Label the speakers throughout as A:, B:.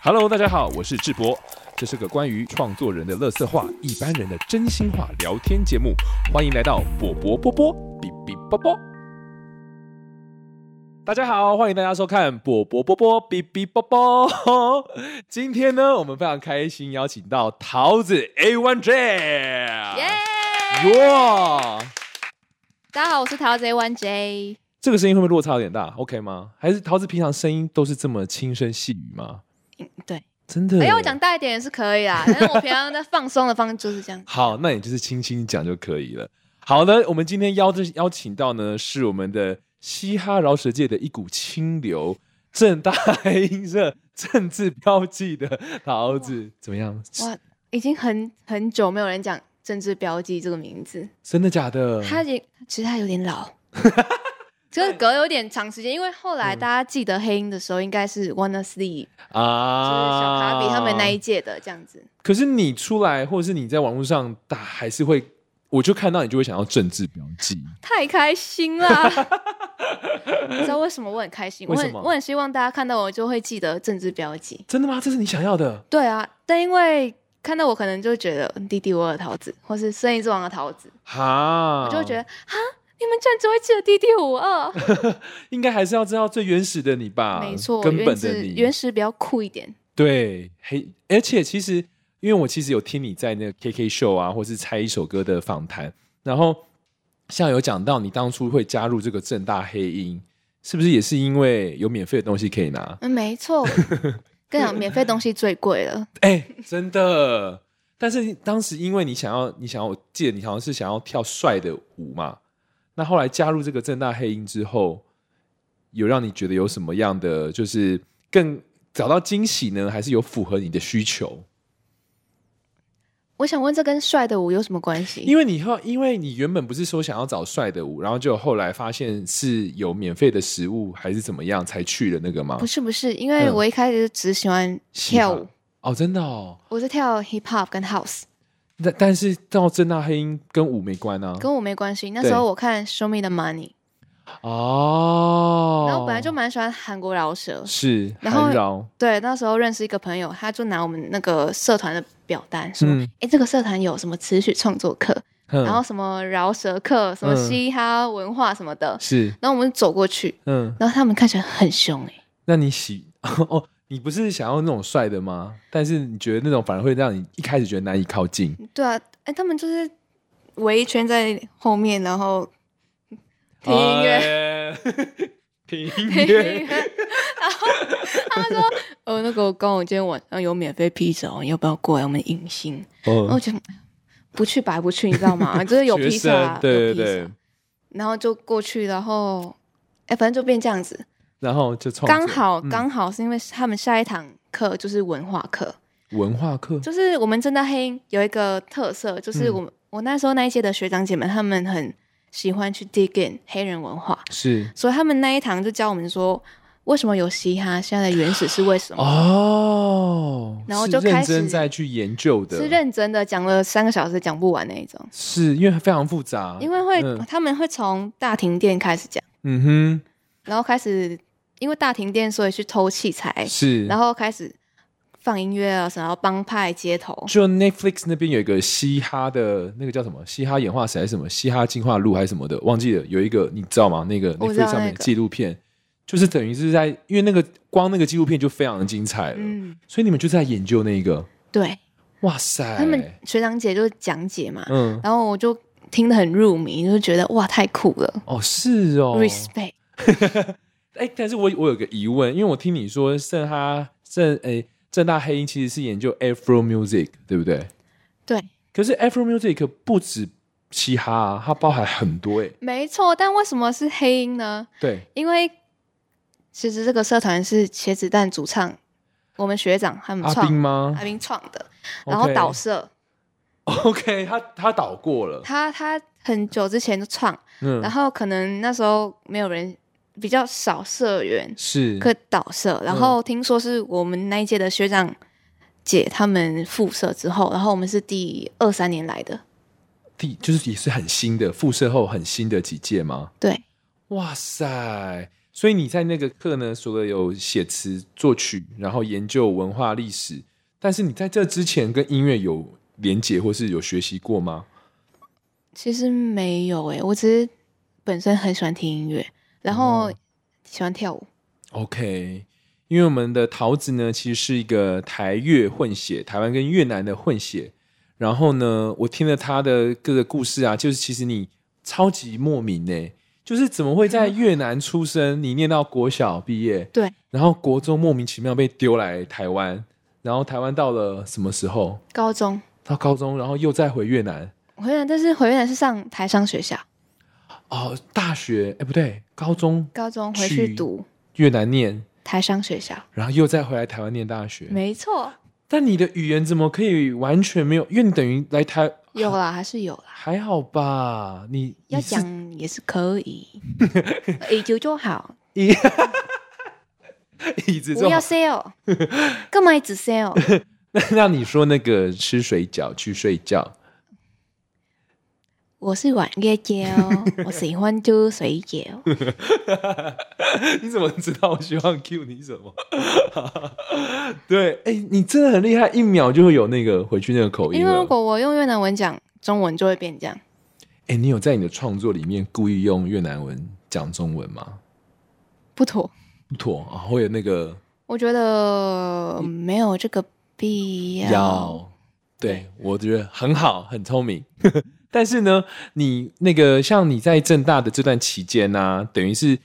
A: Hello，大家好，我是智博，这是个关于创作人的乐色话、一般人的真心话聊天节目，欢迎来到波波波波比比波波。大家好，欢迎大家收看波波波波比比波波。 今天呢，我们非常开心邀请到桃子 A One Jam，
B: 耶！
A: 哇，
B: 大家好，我是桃子 One J。
A: 这个声音会不会落差有点大？OK 吗？还是桃子平常声音都是这么轻声细语吗？
B: 对，
A: 真的？。
B: 哎、我讲大一点也是可以啊啦，但是我平常在放松的方式就是这样
A: 好，那你就是轻轻讲就可以了。好的，我们今天邀这邀请到呢，是我们的嘻哈饶舌界的一股清流，正大音社政治标记的桃子，怎么样？
B: 哇，已经很很久没有人讲政治标记这个名字，
A: 真的假的？
B: 他已经其实他有点 老，就是隔有点长时间，因为后
A: 嗯
B: 来大家记得黑鹰的时候，应该是 Wanna Sleep，、就是
A: 啊
B: 小卡比他们那一届的这样子。
A: 可是你出来，或者是你在网络上打，还是会，我就看到你就会想要政治标记。
B: 太开心 啦！你知道为什么我很开心？我
A: 为什
B: 很
A: 么
B: 我很希望大家看到我就会记得政治标记。
A: 真的吗？这是你想要的？
B: 对啊，但因为看到我可能就觉得嗯弟弟我的桃子，或是生意之王的桃子，
A: 哈，
B: 我就会觉得啊，你们居然只会记得弟弟五二，
A: 应该还是要知道最原始的你吧，
B: 没错，
A: 啊根
B: 原
A: 本的
B: 始
A: 你，
B: 原始比较酷一点，
A: 对，嘿，而且其实，因为我其实有听你在那个 KK 秀啊，或是猜一首歌的访谈，然后像有讲到你当初会加入这个正大黑鹰，是不是也是因为有免费的东西可以拿？
B: 嗯，没 错。跟你讲，免费东西最贵了，
A: 哎、真的。但是当时因为你想要，你想要，我记得你好像是想要跳帅的舞嘛，那后来加入这个正大黑鹰之后，有让你觉得有什么样的就是更找到惊喜呢？还是有符合你的需求？
B: 我想问，这跟帅的舞有什么关系？
A: 因为你后，因为你原本不是说想要找帅的舞，然后就后来发现是有免费的食物还是怎么样才去的那个吗
B: 不？是不是，因为
A: 嗯
B: 我一开始就只喜欢
A: 嘻哈
B: 跳舞，
A: 哦，真的哦。
B: 我是跳 hip hop 跟 house，
A: 但但是到正大黑鹰跟舞没关啊。
B: 跟我没关系。那
A: 对
B: 时候我看 Show Me the Money，
A: 哦，
B: 然后我本来就蛮喜欢韩国饶舌，
A: 是
B: 然后
A: 韩饶，
B: 对，那时候认识一个朋友，他就拿我们那个社团的表单说：“哎、
A: 嗯
B: 这个社团有什么词曲创作课，
A: 嗯
B: 然后什么饶舌课，什么
A: 嗯
B: 嘻哈文化什么的。
A: 是
B: 然后我们走过去，
A: 嗯，
B: 然后他们看起来很凶哎、
A: 那你喜 哦，你不是想要那种帅的吗？但是你觉得那种反而会让你一开始觉得难以靠近
B: 对啊，哎、他们就是围一圈在后面，然后
A: 哎
B: 听音 乐。
A: 乐， 听音
B: 听音
A: 乐，
B: 乐然后他们说：“呃，那个刚我今天晚上有免费披萨哦，你要不要过来我们迎新？”然后
A: 哦
B: 我，就不去白不去，你知道吗？就是有
A: 学
B: 披萨
A: 生，对对
B: 有披萨
A: 对，
B: 然后就过去，然后哎，反正就变这样子。
A: 然后就创
B: 刚
A: 作
B: 好
A: 嗯
B: 刚好是因为他们下一堂课就是文化课，
A: 文化课
B: 就是我们正大黑鹰有一个特色，就是
A: 嗯
B: 我们、我那时候那一届的学长姐们，他们很喜欢去 dig in 黑人文化，
A: 是
B: 所以他们那一堂就教我们说为什么有嘻哈，现在的原始是为什么。
A: 哦，
B: 嗯然后
A: 是
B: 就
A: 认
B: 开
A: 真
B: 始
A: 在去研究的，
B: 是认真的讲了三个小时讲不完那一种，
A: 是因为非常复杂，
B: 因为会、
A: 嗯
B: 他们会从大停电开始讲，
A: 嗯
B: 然后开始因为大停电，所以去偷器材
A: 哼，是，
B: 然
A: 后
B: 后开始放音乐啊，然后帮派街头，
A: 就 Netflix 那边有一个嘻哈的那个叫什么嘻哈演化史还是什么嘻哈进化录还是什么的，忘记了，有一个你知道吗？那个
B: 我知道
A: Netflix 上面
B: 那
A: 的
B: 个
A: 纪录片。就是等于是在，因为那个光那个纪录片就非常的精彩了，
B: 嗯，
A: 所以你们就在研究那个，
B: 对
A: 哇塞，
B: 他们学长姐就讲解嘛，
A: 嗯，
B: 然后我就听得很入迷，就觉得哇太酷了、
A: 哦是哦
B: r e s p e c t
A: 哎、但是我我有个疑问，因为我听你说正哈正哎、正大黑鹰其实是研究 Afro music，对不对？
B: 对，
A: 可是 Afro music 不止嘻哈、啊，它包含很多哎、
B: 没错，但为什么是黑鹰呢？
A: 对，
B: 因为其实这个社团是茄子蛋主唱，我们学长他们
A: 阿
B: 创
A: 兵吗
B: 阿兵创的，然后
A: OK
B: 导社
A: ？OK，他他倒过了，
B: 他他很久之前就创，然
A: 嗯，
B: 后可能那时候没有人比较少社员，
A: 是嗯
B: 可导社，然后听说是我们那一届的学长姐他们复社之后，然后我们是第二三年来的，
A: 第就是也是很新的，复社后很新的几届吗？
B: 对，
A: 哇塞！所以你在那个课呢，除了有写词、作曲，然后研究文化历史，但是你在这之前跟音乐有连结或是有学习过吗？
B: 其实没有诶、我只是本身很喜欢听音乐，然后
A: 哦
B: 喜欢跳舞。
A: OK，因为我们的桃子呢，其实是一个台越混血，台湾跟越南的混血。然后呢，我听了他的各个故事啊，就是其实你超级莫名呢、就是怎么会在越南出生，你念到国小毕业，
B: 对，
A: 然后国中莫名其妙被丢来台湾，然后台湾到了什么时候？
B: 高中
A: 到高中，然后又再回越南。
B: 回南，但是回南是上台商学校，
A: 哦，大学哎不对，高中
B: 高中回
A: 去
B: 去读
A: 越南念，
B: 台商学校，
A: 然后又再回来台湾念大学。
B: 没错，
A: 但你的语言怎么可以完全没有？因为你等于来台
B: 有啦，还是有啦，
A: 还好吧？你
B: 要
A: 你是
B: 讲也是可以，一九就好，
A: 椅子
B: 不
A: 这
B: 要
A: 种，
B: sell，干嘛一直 sell？
A: 那那你说那个吃水饺去睡觉，
B: 我是玩月娇，我喜欢吃水哦饺。
A: 你怎么知道我希望 cue 你什么？ 对，哎、你真的很厉害，一秒就会有那个回去那个口音
B: 因为
A: 了
B: 如。果我用越南文讲中文，就会变这样。
A: 哎、你有在你的创作里面故意用越南文讲中文吗？
B: 不妥。
A: 不妥啊，会有那个
B: 我觉得没有这个必要。
A: 要，对我觉得很好，很聪明。 但是呢，你那个像你在正大的这段期间呢、等于是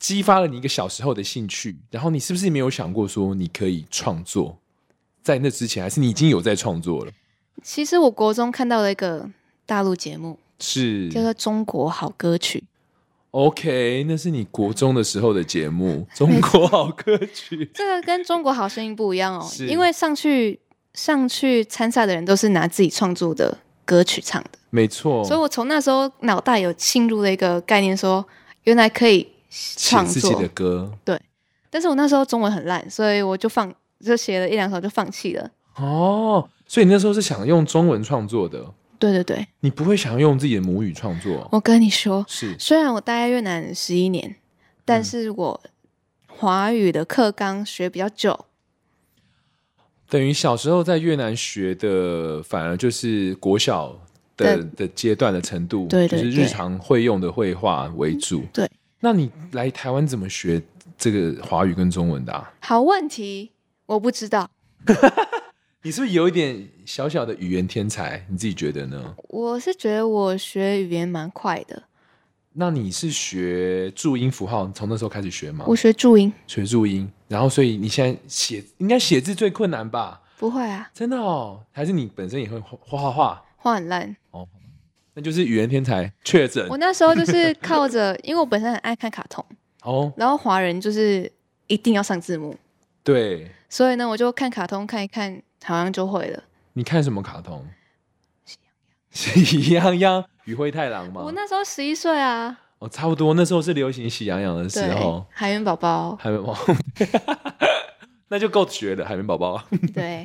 A: 激发了你一个小时候的兴趣，然后你是不是没有想过说你可以创作？在那之前，还是你已经有在创作了？
B: 其实我国中看到了一个大陆节目，
A: 是
B: 叫做《中国好歌曲
A: OK，那是你国中的时候的节目《中国好歌
B: 》，
A: 曲》
B: 这个跟《中国好声音》不一样哦，
A: 是
B: 因为上去上去参赛的人都是拿自己创作的歌曲唱的，
A: 没错，
B: 所以我从那时候脑袋有进入了一个概念说原来可以
A: 写
B: 创
A: 自己
B: 作
A: 的，歌
B: 但是我那时候中文很烂，所以我就放就写了一两首就放弃了。
A: 哦。所以你那时候是想用中文创作的，
B: 对对对，
A: 你不会想用自己的母语创作，
B: 我跟你说，
A: 是
B: 虽然我待在越南十一年，但是我华语的课纲学比较久，
A: 等于小时候在越南学的，反而就是国小的的阶段的程度，
B: 对对
A: 就是日常会用的绘画为主。
B: 对，
A: 那你来台湾怎么学这个华语跟中文的、啊？
B: 好问题，我不知道。
A: 你是不是有一点小小的语言天才？你自己觉得呢？
B: 我是觉得我学语言蛮快的，
A: 那你是学注音符号，从那时候开始学吗
B: 我？学注音
A: 学注音，然后所以你现在写应该写字最困难吧？
B: 不会啊，
A: 真的哦，还是你本身也会画画画画？
B: 画很烂。
A: 那就是语言天才确诊
B: 我那时候就是靠着，因为我本身很爱看卡通，
A: 哦，
B: 然后华人就是一定要上字幕，
A: 对。
B: 所以呢，我就看卡通看一看，好像就会了。
A: 你看什么卡通？ 喜羊羊、与灰太狼吗
B: 我？那时候十一岁啊，
A: 哦，差不多，那时候是流行喜羊羊的时
B: 对
A: 候，，
B: 海绵宝宝，
A: 海绵宝宝， 那就够绝了，海绵宝宝。
B: 对，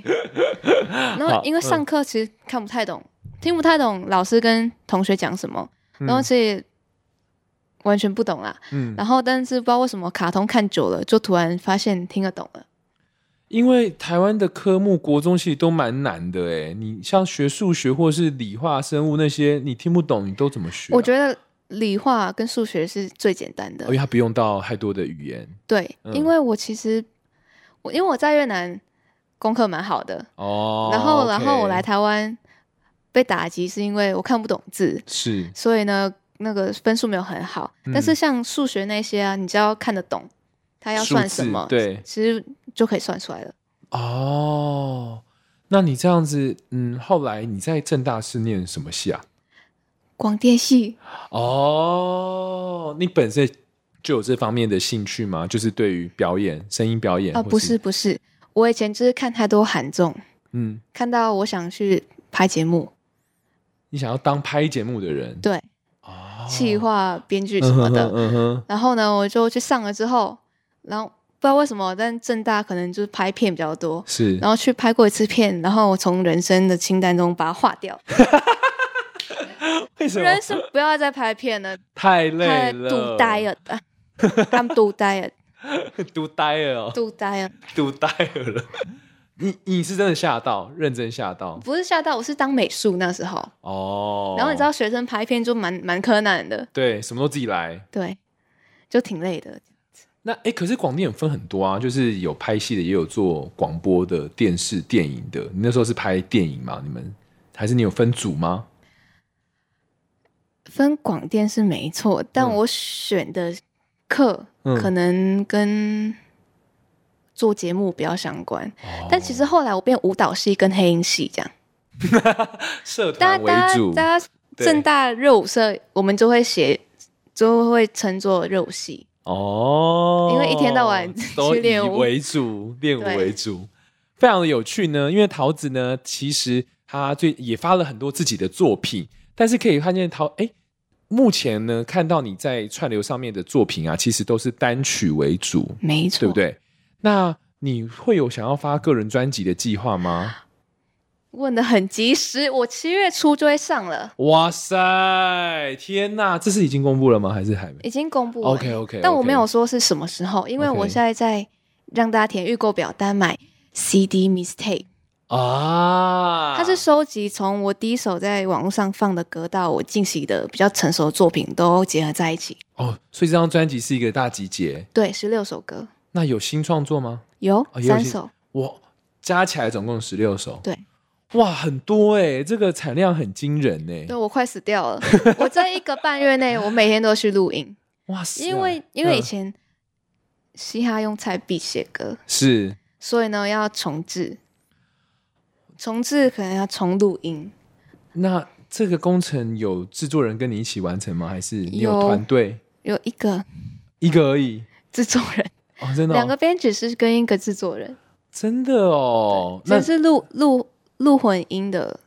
B: 然后因为
A: 嗯
B: 上课其实看不太懂，听不太懂老师跟同学讲什么，然后所以完全不懂啦。
A: 嗯，
B: 然后但是不知道为什么，卡通看久了，就突然发现听得懂了。
A: 因为台湾的科目国中其实都蛮难的，哎，你像学数学或是理化、生物那些，你听不懂，你都怎么学啊、哦
B: 我觉得理化跟数学是最简单的
A: 因，为它不用到太多的语言
B: 对，
A: 嗯
B: 因为我其实我因为我在越南功课蛮好的，
A: 哦。
B: 然后
A: OK
B: 然后我来台湾被打击是因为我看不懂字，
A: 是
B: 所以呢，那个分数没有很好。
A: 嗯
B: 但是像数学那些啊，你只要看得懂，它要算什么
A: 数，字对
B: 其实就可以算出来了。
A: 哦。那你这样子，嗯，后来你在正大是念什么系啊？
B: 广电系
A: 哦，你本身就有这方面的兴趣吗？就是对于表演、声音表演
B: 啊、
A: 或
B: 不是，不是，我以前就是看太多韩综，
A: 嗯，
B: 看到我想去拍节目，
A: 你想要当拍节目的人，
B: 对，
A: 哦，
B: 企划、编剧
A: 嗯
B: 什么
A: 哼
B: 的。
A: 哼嗯哼，
B: 然后呢，我就去上了之后，然后不知道为什么，但正大可能就是拍片比较多。
A: 是
B: 然后去拍过一次片，然后我从人生的清单中把它划掉。
A: 为什么啊
B: 人生不要再拍片了，
A: 太累
B: 太
A: 了？
B: 度呆了。 I'm do diet
A: 读呆了哦，
B: do diet，
A: 读呆了。你你是真的吓到，认真吓到
B: 不是吓到，我是当美术那时候。
A: 哦。
B: 然后你知道学生拍片就蛮蛮柯南的，
A: 对，什么都自己来。
B: 对，就挺累的。
A: 那哎、诶可是广电有分很多啊，就是有拍戏的，也有做广播的、电视、电影的。你那时候是拍电影吗？你们还是你有分组吗？
B: 分广电是没错，但
A: 嗯
B: 我选的课
A: 嗯
B: 可能跟做节目比较相关。
A: 哦
B: 但其实后来我变舞蹈系跟黑音系这样，
A: 社
B: 大
A: 团为
B: 家大家
A: 主，
B: 大家
A: 对
B: 正大热舞社，我们就会写，就会称作热舞系。
A: 哦，
B: 因为一天到晚
A: 都
B: 去
A: 以
B: 练舞
A: 为主，练舞
B: 对
A: 为主，非常的有趣呢。因为桃子呢，其实她最也发了很多自己的作品，但是可以看见桃哎、目前呢看到你在串流上面的作品啊，其实都是单曲为主，
B: 没错，
A: 对不？对？那你会有想要发个人专辑的计划吗？
B: 问的很及时，我七月初就会上了，
A: 哇塞，天哪！这是已经公布了吗？还是还没
B: 已经公布了。
A: ？OK OK，
B: 但我没有说是什么时候，因为
A: OK
B: 我现在在让大家填预购表单买 CD Mistake，、
A: 啊，
B: 它是收集从我第一首在网络上放的歌到我近期的比较成熟的作品都结合在一起。
A: 哦，所以这张专辑是一个大集结。
B: 对，十六首歌，
A: 那有新创作吗？
B: 有
A: 哦也有
B: 三
A: 些
B: 首，
A: 我加起来总共十六首。
B: 对，
A: 哇，很多哎、这个产量很惊人哎、
B: 对我快死掉了。 我在一个半月内，我每天都去录 音，
A: 哇塞！
B: 因为因为以
A: 嗯
B: 前嘻哈用彩笔写歌，
A: 是
B: 所以呢要重置，重置可能要重录音。
A: 那这个工程有制作人跟你一起完成吗？还是你有
B: 有
A: 团队
B: 有一个
A: 一个而已？
B: 制作人，
A: 哦，真的、哦，
B: 两个编曲师跟一个制作人，
A: 真的哦。那
B: 这是录录录混音的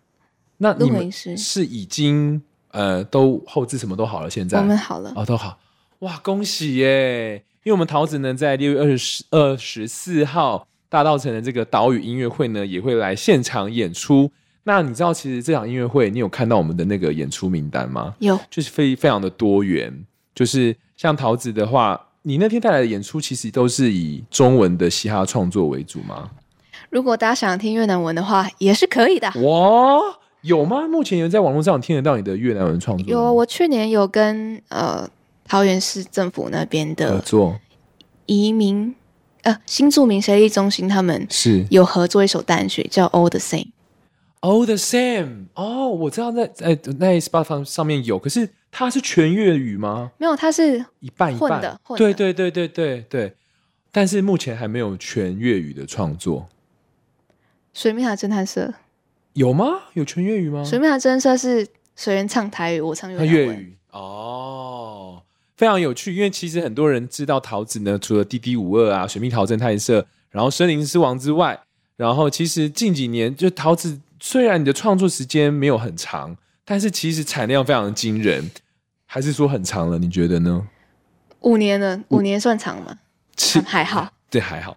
A: 那
B: 录
A: 你
B: 混音
A: 们
B: 师。
A: 是已经呃都后置什么都好了，现在
B: 我们好了，
A: 哦，都好，哇，恭喜耶！因为我们桃子呢，在六月二十二十四号大道城的这个岛屿音乐会呢，也会来现场演出。那你知道，其实这场音乐会，你有看到我们的那个演出名单吗？
B: 有
A: 就是非非常的多元，就是像桃子的话，你那天带来的演出其实都是以中文的嘻哈创作为主吗？
B: 如果大家想听越南文的话，也是可以的。
A: 嗯哇，有吗？目前有在网络上听得到你的越南文创作吗
B: 有，我去年有跟呃桃园市政府那边
A: 合
B: 的
A: 作
B: 移民呃新住民协力中心，他们
A: 是
B: 有合作一首单曲叫《All the Same》。
A: Oh, the same. 哦，我知道在在在 Spotify 上面有，可是它是全粤语吗？
B: 没有，它是
A: 一半一
B: 混
A: 半。
B: 的混的
A: 对对对对对对。但是目前还没有全粤语的创作，
B: 水蜜桃侦探社，
A: 有吗？有全粤语吗？
B: 水蜜桃侦探社是水源唱台语，我唱
A: 它
B: 越
A: 哦粤
B: 南文。
A: 语哦，非常有趣。因为其实很多人知道桃子呢，除了滴滴五二啊、水蜜桃侦探社，然后森林之王之外，然后其实近几年就桃子，虽然你的创作时间没有很长，但是其实产量非常惊人，还是说很长了？你觉得呢？
B: 五年了，五年算长 吗？
A: 其
B: 嗯还好，
A: 对，还好。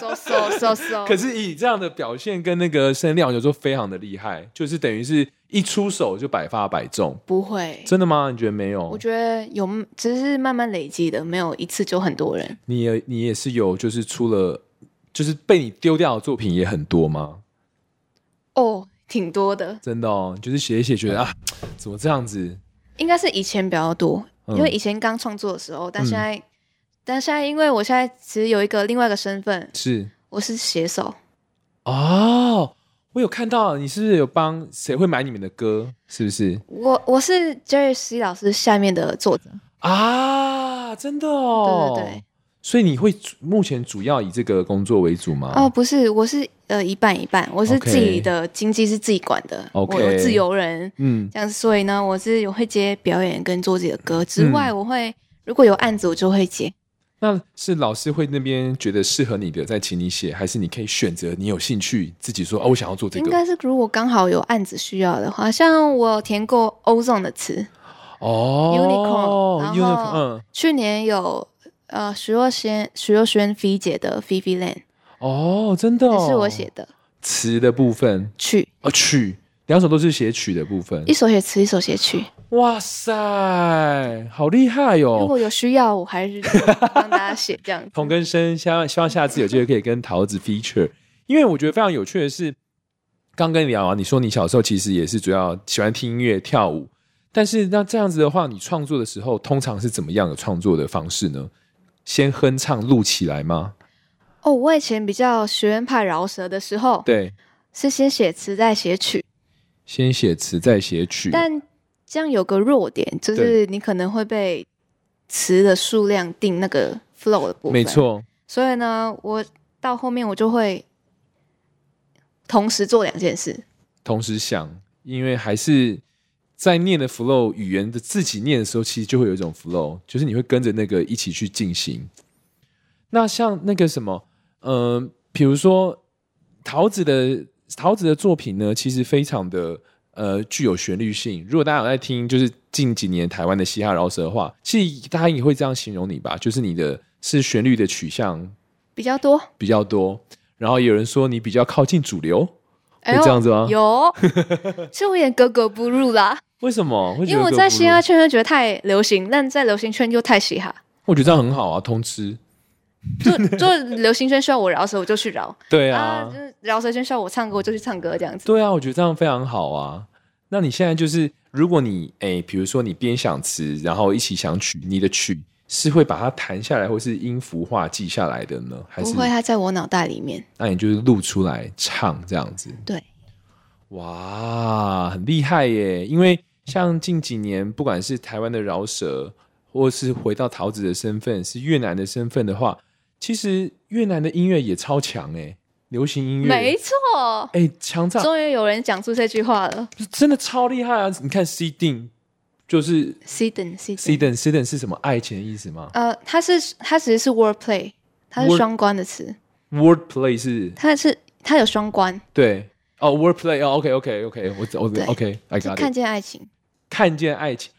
B: so so so so。
A: 可是以这样的表现跟那个声量，有时候非常的厉害，就是等于是一出手就百发百中。
B: 不会，
A: 真的吗？你觉得没有？
B: 我觉得有，只是慢慢累积的，没有一次就很多人。
A: 你也你也是有，就是出了，就是被你丢掉的作品也很多吗？
B: 哦，挺多的，
A: 真的哦，就是写一写，觉得啊，怎么这样子？
B: 应该是以前比较多，
A: 嗯
B: 因为以前刚创作的时候，但现在，但现在因为我现在其实有一个另外一个身份，
A: 是
B: 我是写手，
A: 哦，我有看到你是不是有帮谁会买你们的歌？是不是
B: 我我是 Jerry C 老师下面的作者，
A: 啊？真的哦，
B: 对对对。
A: 所以你会主目前主要以这个工作为主吗？
B: 哦，不是，我是呃一半一半，我是
A: OK
B: 自己的经济是自己管的
A: OK
B: 我有自由人
A: 嗯，
B: 这样，所以呢，我是有会接表演跟做自己的歌之
A: 嗯
B: 外，我会如果有案子我就会接，
A: 那是老师会那边觉得适合你的再请你写，还是你可以选择你有兴趣自己说哦，我想要做这
B: 应
A: 个
B: 该是如果刚好有案子需要的话，像我有填过 Ozone 的词，
A: 哦
B: Unicorn，然后
A: unicorn，嗯。
B: 去年有呃徐若瑄徐若瑄菲姐的《菲菲 Land
A: 哦，真的、》哦，
B: 也是我写的
A: 词的部分，
B: 曲，
A: 哦，曲两首都是写曲的部分
B: 一。首写词，一首写曲。
A: 哇塞，好厉害哦哟、
B: 如果有需要，我还是 帮大家写这样子。
A: 同根生，希望希望下次有机会可以跟桃子 feature，因为我觉得非常有趣的是，刚跟你聊啊，你说你小时候其实也是主要喜欢听音乐、跳舞，但是那这样子的话，你创作的时候通常是怎么样的创作的方式呢？先哼唱录起来吗？
B: 哦，我以前比较学院派饶舌的时候，
A: 对，
B: 是先写词再写曲，
A: 先写词再写曲，
B: 但这样有个弱点，就是你可能会被词的数量定那个 flow 的部分。
A: 没。错，
B: 所以呢，我到后面我就会同时做两件事。
A: 同时想，因为还是在念的 flow 语言的自己念的时候，其实就会有一种 flow，就是你会跟着那个一起去进行。那像那个什么，嗯，比如说桃子的桃子的作品呢，其实非常的呃具有旋律性。如果大家有在听，就是近几年台湾的嘻哈饶舌的话，其实大家也会这样形容你吧，就是你的是旋律的取向
B: 比较多，
A: 比较多，然后有人说你比较靠近主流，
B: 哎
A: 会这样子吗
B: 有，是有点格格不入啦。
A: 为什么？会觉
B: 因为
A: 得
B: 我
A: 格
B: 在
A: 不
B: 嘻
A: 入
B: 哈圈会觉得太流行，但在流行圈又太嘻 哈，
A: 我觉得这样很好啊，通吃。
B: 就就流行圈需要我饶舌，我就去饶
A: 对啊，
B: 就是饶舌圈需要我唱歌，我就去唱歌这样子。
A: 对啊，我觉得这样非常好啊。那你现在就是，如果你哎，比如说你边想词，然后一起想曲，你的曲是会把它弹下来，或是音符化记下来的呢？还
B: 不
A: 是
B: 会，它在我脑袋里面。
A: 那你就是录出来唱这样子？
B: 对，
A: 哇，很厉害耶！因为像近几年，不管是台湾的饶舌，或是回到桃子的身份，是越南的身份的话，其实越南的音乐也超强哎，流行音乐
B: 没错，
A: 哎强炸
B: 终于有人讲出这句话了。
A: 真的超厉害啊！你看 C 定就是
B: C 等 C
A: C
B: 等，
A: 等 C 等是什么爱情的意思吗
B: 呃，它是它其实是 word play，它是
A: Word-
B: 双关的词，
A: ？Word play 是
B: 它是它有双关，
A: 对哦，Word play 哦，OK OK OK，我我
B: 对
A: OK，I
B: 是
A: got
B: 看
A: it。
B: 见爱情，
A: 看见爱情，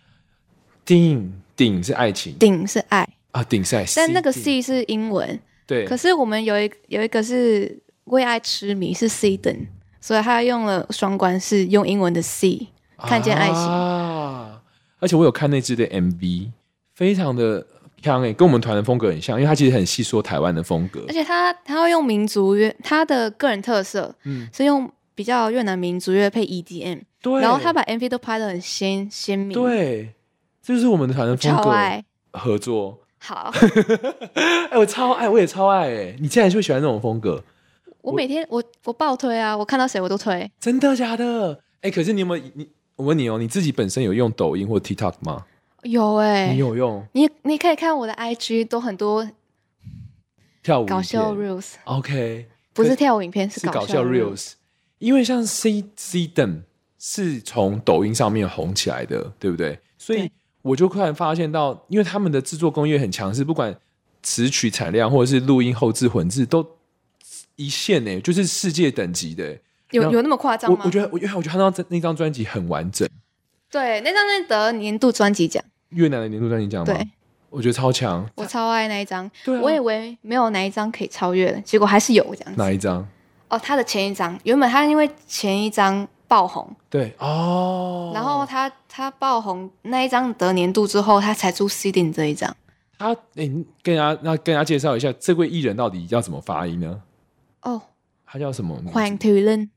A: 顶顶是爱情
B: 顶是爱，
A: 啊，顶是爱情。
B: 但那个
A: 顶
B: C 是英文，
A: 对
B: 可，是我们有一有一个是为爱痴迷是 C 等，所以他用了双关，是用英文的 C 看见爱情。
A: 啊！而且我有看那支的 MV，非常的强诶、跟我们团的风格很像，因为它其实很细说台湾的风格
B: 而。且他他会用民族乐，他的个人特色
A: 嗯，
B: 是用比较越南民族乐配 EDM，
A: 对，
B: 然后他把 MV 都拍的很鲜鲜明，，
A: 对，这就是我们的团的风
B: 超
A: 格。
B: 爱。
A: 合作，
B: 好，
A: 哎、我超爱，我也超爱、哎，你竟然就喜欢这种风格，
B: 我每天我我爆推啊，我看到谁我都推，
A: 真的假的？哎、可是你有没有你？我问你哦，你自己本身有用抖音或 TikTok 吗？
B: 有哎、
A: 你有用
B: 你你可以看我的 IG，都很多
A: 跳舞
B: 搞笑
A: 影片
B: reels，
A: ？OK，
B: 不是
A: 可
B: 跳舞影片，
A: 是搞
B: 笑
A: 笑 reels，因为像 C C 等是从抖音上面红起来的，对不对？所以
B: 对
A: 我就突然发现到，因为他们的制作工业很强势，不管词曲产量或者是录音后置混制都一线呢、欸就是世界等级的、哎
B: 有
A: 然后
B: 有那么夸张
A: 我
B: 吗？
A: 我觉得，我因为我觉得他那张那张专辑很完整，
B: 对，那张那得年度专辑奖，
A: 越南的年度专辑奖嘛，
B: 对
A: 我觉得超强。
B: 我超爱那一张，
A: 对啊
B: 我以为没有哪一张可以超越的，结果还是有这样子。
A: 哪一张？
B: 哦，他的前一张，原本他因为前一张爆红，
A: 对哦，
B: 然后他他爆红那一张得年度之后，他才出 C 顶这一张。
A: 他哎、你跟大家那跟大家介绍一下，这位艺人到底要怎么发音呢？
B: 哦，
A: 他叫什么名字？
B: 缓腿扔，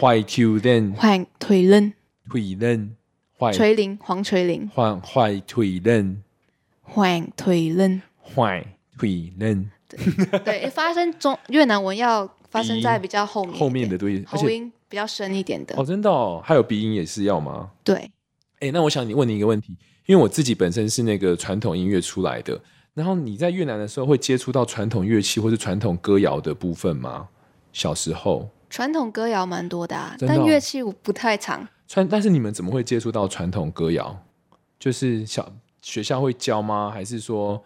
A: 坏 Q 蛋
B: 缓腿扔，
A: 腿嫩坏
B: 垂铃，黄垂铃，
A: 换坏腿嫩
B: 缓腿扔。
A: 坏腿嫩
B: 对，发声中越南文要发生在比较后面一点，
A: 后面的对，而
B: 喉
A: 且
B: 音比较深一点的。
A: 哦真的哦，还有鼻音也是要吗？
B: 对，
A: 哎、那我想你问你一个问题，因为我自己本身是那个传统音乐出来的，然后你在越南的时候会接触到传统乐器或是传统歌谣的部分吗？小时候
B: 传统歌谣蛮多的、啊，
A: 真的
B: 但
A: 哦
B: 乐器我不太常。
A: 传，但是你们怎么会接触到传统歌谣？就是小学校会教吗？还是说，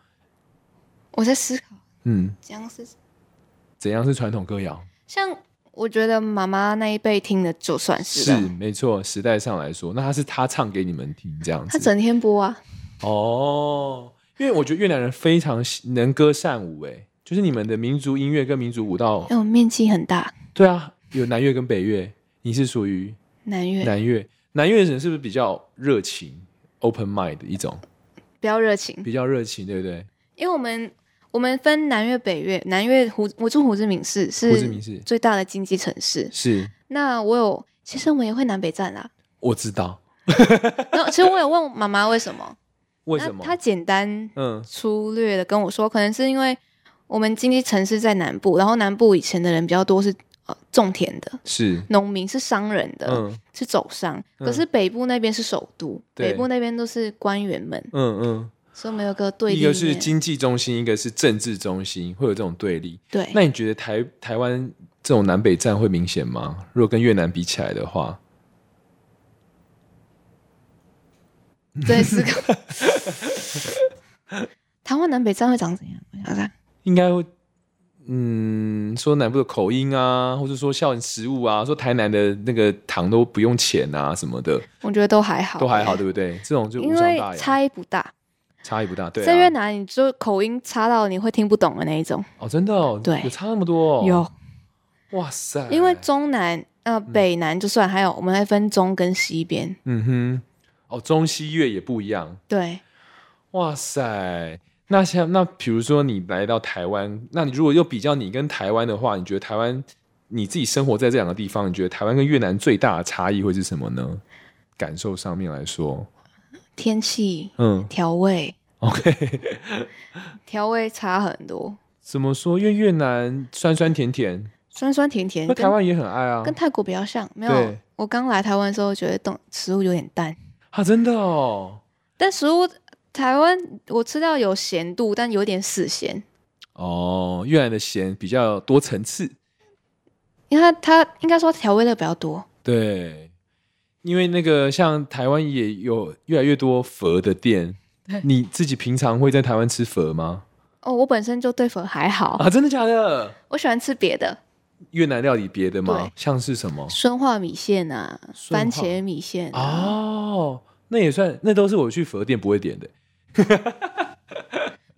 B: 我在思考，
A: 嗯，
B: 这样是
A: 怎样是传统歌谣？
B: 像我觉得妈妈那一辈听的就算是
A: 是
B: 了，
A: 没错，时代上来说，那他是他唱给你们听这样
B: 她
A: 子。
B: 整天播啊。
A: 哦，因为我觉得越南人非常喜能歌善舞、欸，哎，就是你们的民族音乐跟民族舞蹈
B: 因为我面积很大，
A: 对啊，有南越跟北越，你是属于
B: 南越
A: 南越。南越人是不是比较热情？ open mind 的一种，
B: 比较热情，
A: 比较热情，对不对？
B: 因为我们我们分南越、北越，南越胡我住胡志明市
A: 胡志
B: 是
A: 明市
B: 最大的经济城市，
A: 是，
B: 那我有其实我们也会南北站啊啦。
A: 我知道
B: 然后其实我有问妈妈为什么，
A: 为什么
B: 那她。简单
A: 嗯，
B: 粗略的跟我说，可能是因为我们经济城市在南部，然后南部以前的人比较多是呃种田的。
A: 是，
B: 农民是商人的，
A: 嗯
B: 是走商。
A: 嗯
B: 可是北部那边是首都，
A: 对
B: 北部那边都是官员们，
A: 嗯
B: 所以我们有个对
A: 嗯，
B: 立
A: 一
B: 面。
A: 个是经济中心，一个是政治中心，会有这种对立。
B: 对，
A: 那你觉得台台湾这种南北战会明显吗？如果跟越南比起来的话，
B: 对是个。 台湾南北站会长怎样？我想想，
A: 应该会，嗯，说南部的口音啊，或者说像食物啊，说台南的那个糖都不用钱啊什么的，
B: 我觉得都还好，
A: 都还好，对不对？这种就无
B: 哦因
A: 伤
B: 为
A: 大雅，
B: 差异不大。
A: 差异不大。对、啊，
B: 在越南，你就口音差到你会听不懂的那一种。
A: 哦，真的哦，
B: 对
A: 有差那么多、哦，哎
B: 有，
A: 哇塞，
B: 因为中南呃北南就算，还有我们还分中跟西边。
A: 嗯哼，哦，中西越也不一样，
B: 对，
A: 哇塞。那像那比如说你来到台湾，那你如果又比较你跟台湾的话，你觉得台湾你自己生活在这两个地方，你觉得台湾跟越南最大的差异会是什么呢？感受上面来说，
B: 天气
A: 嗯
B: 调味
A: ，OK，
B: 调味差很多，
A: 怎么说？因为越南酸酸甜甜，
B: 酸酸甜甜。
A: 那
B: 跟
A: 台湾也很爱啊
B: 跟泰国比较像，没有
A: 对。
B: 我刚来台湾的时候，觉得东食物有点淡，
A: 啊，真的哦，
B: 但食物台湾我吃到有咸度，但有点死咸，
A: 哦，越南的咸比较多层次，
B: 因为它它应该说调味料比较多。
A: 对，因为那个像台湾也有越来越多佛的店，你自己平常会在台湾吃佛吗？
B: 哦，我本身就对粉还好，
A: 啊，真的假的？
B: 我喜欢吃别的，
A: 越南料理别的吗
B: 对？
A: 像是什么？
B: 酸化米线啊，
A: 顺哦化
B: 番茄米线啊，
A: 哦，那也算，那都是我去佛店不会点的。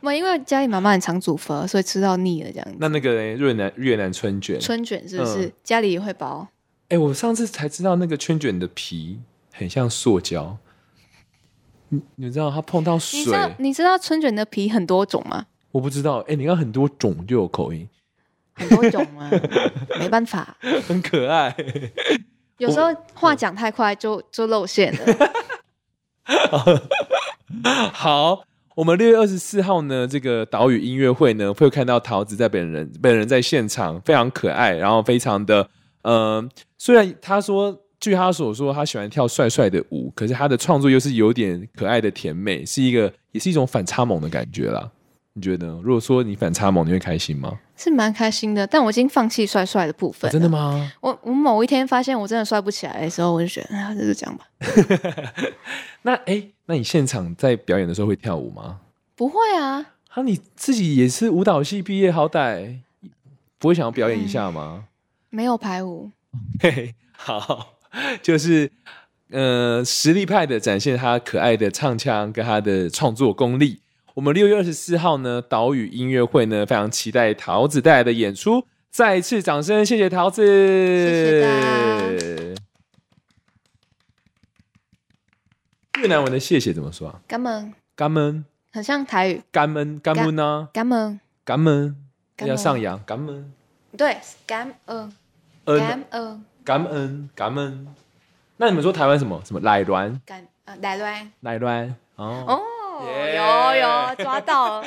B: 我、因为家里妈妈很常煮粉，所以吃到腻了这样子。
A: 那那个嘞越南越南春卷，
B: 春卷是不是、
A: 嗯
B: 家里也会包？
A: 哎、我上次才知道那个春卷的皮很像塑胶，你你知道它碰到
B: 你知道
A: 水，
B: 你知道春卷的皮很多种吗？
A: 我不知道。哎、你看很多种就有口音，
B: 很多种 啊，没办法，
A: 很可爱。
B: 有时候
A: 嗯
B: 话讲太快就就露馅 了。
A: 好，我们六月二十四号呢，这个岛屿音乐会呢，会看到桃子在本人本人在现场，非常可爱，然后非常的，嗯、虽然他说。据他所说，他喜欢跳帅帅的舞，可是他的创作又是有点可爱的甜美，是一个也是一种反差萌的感觉啦。你觉得呢？如果说你反差萌，你会开心吗？
B: 是蛮开心的，但我已经放弃帅帅的部分、
A: 啊真的？吗？
B: 我我某一天发现我真的帅不起来的时候，我就觉得，哎呀，那就这样吧。
A: 那哎、那你现场在表演的时候会跳舞吗？
B: 不会啊，
A: 啊，你自己也是舞蹈系毕业，好歹不会想要表演一下吗？
B: 没有排舞，
A: 嘿，好，就是呃，实力派的展现他可爱的唱腔跟他的创作功力。我们六月二十四号呢，岛屿音乐会呢，非常期待桃子带来的演出。再一次掌声，谢谢桃子，
B: 谢大
A: 越南文的谢谢怎么说啊？
B: 干们
A: 感恩，
B: 很像台语，
A: 感恩，感恩啊，
B: 干们
A: 感恩，
B: 感
A: 要
B: 恩
A: 上扬，感恩，
B: 对，呃感恩
A: 恩，感
B: 感恩
A: 恩，感恩。那你们说台湾什么？什么奶卵，
B: 感呃，来来
A: 奶卵哦
B: 哦，有有抓到了，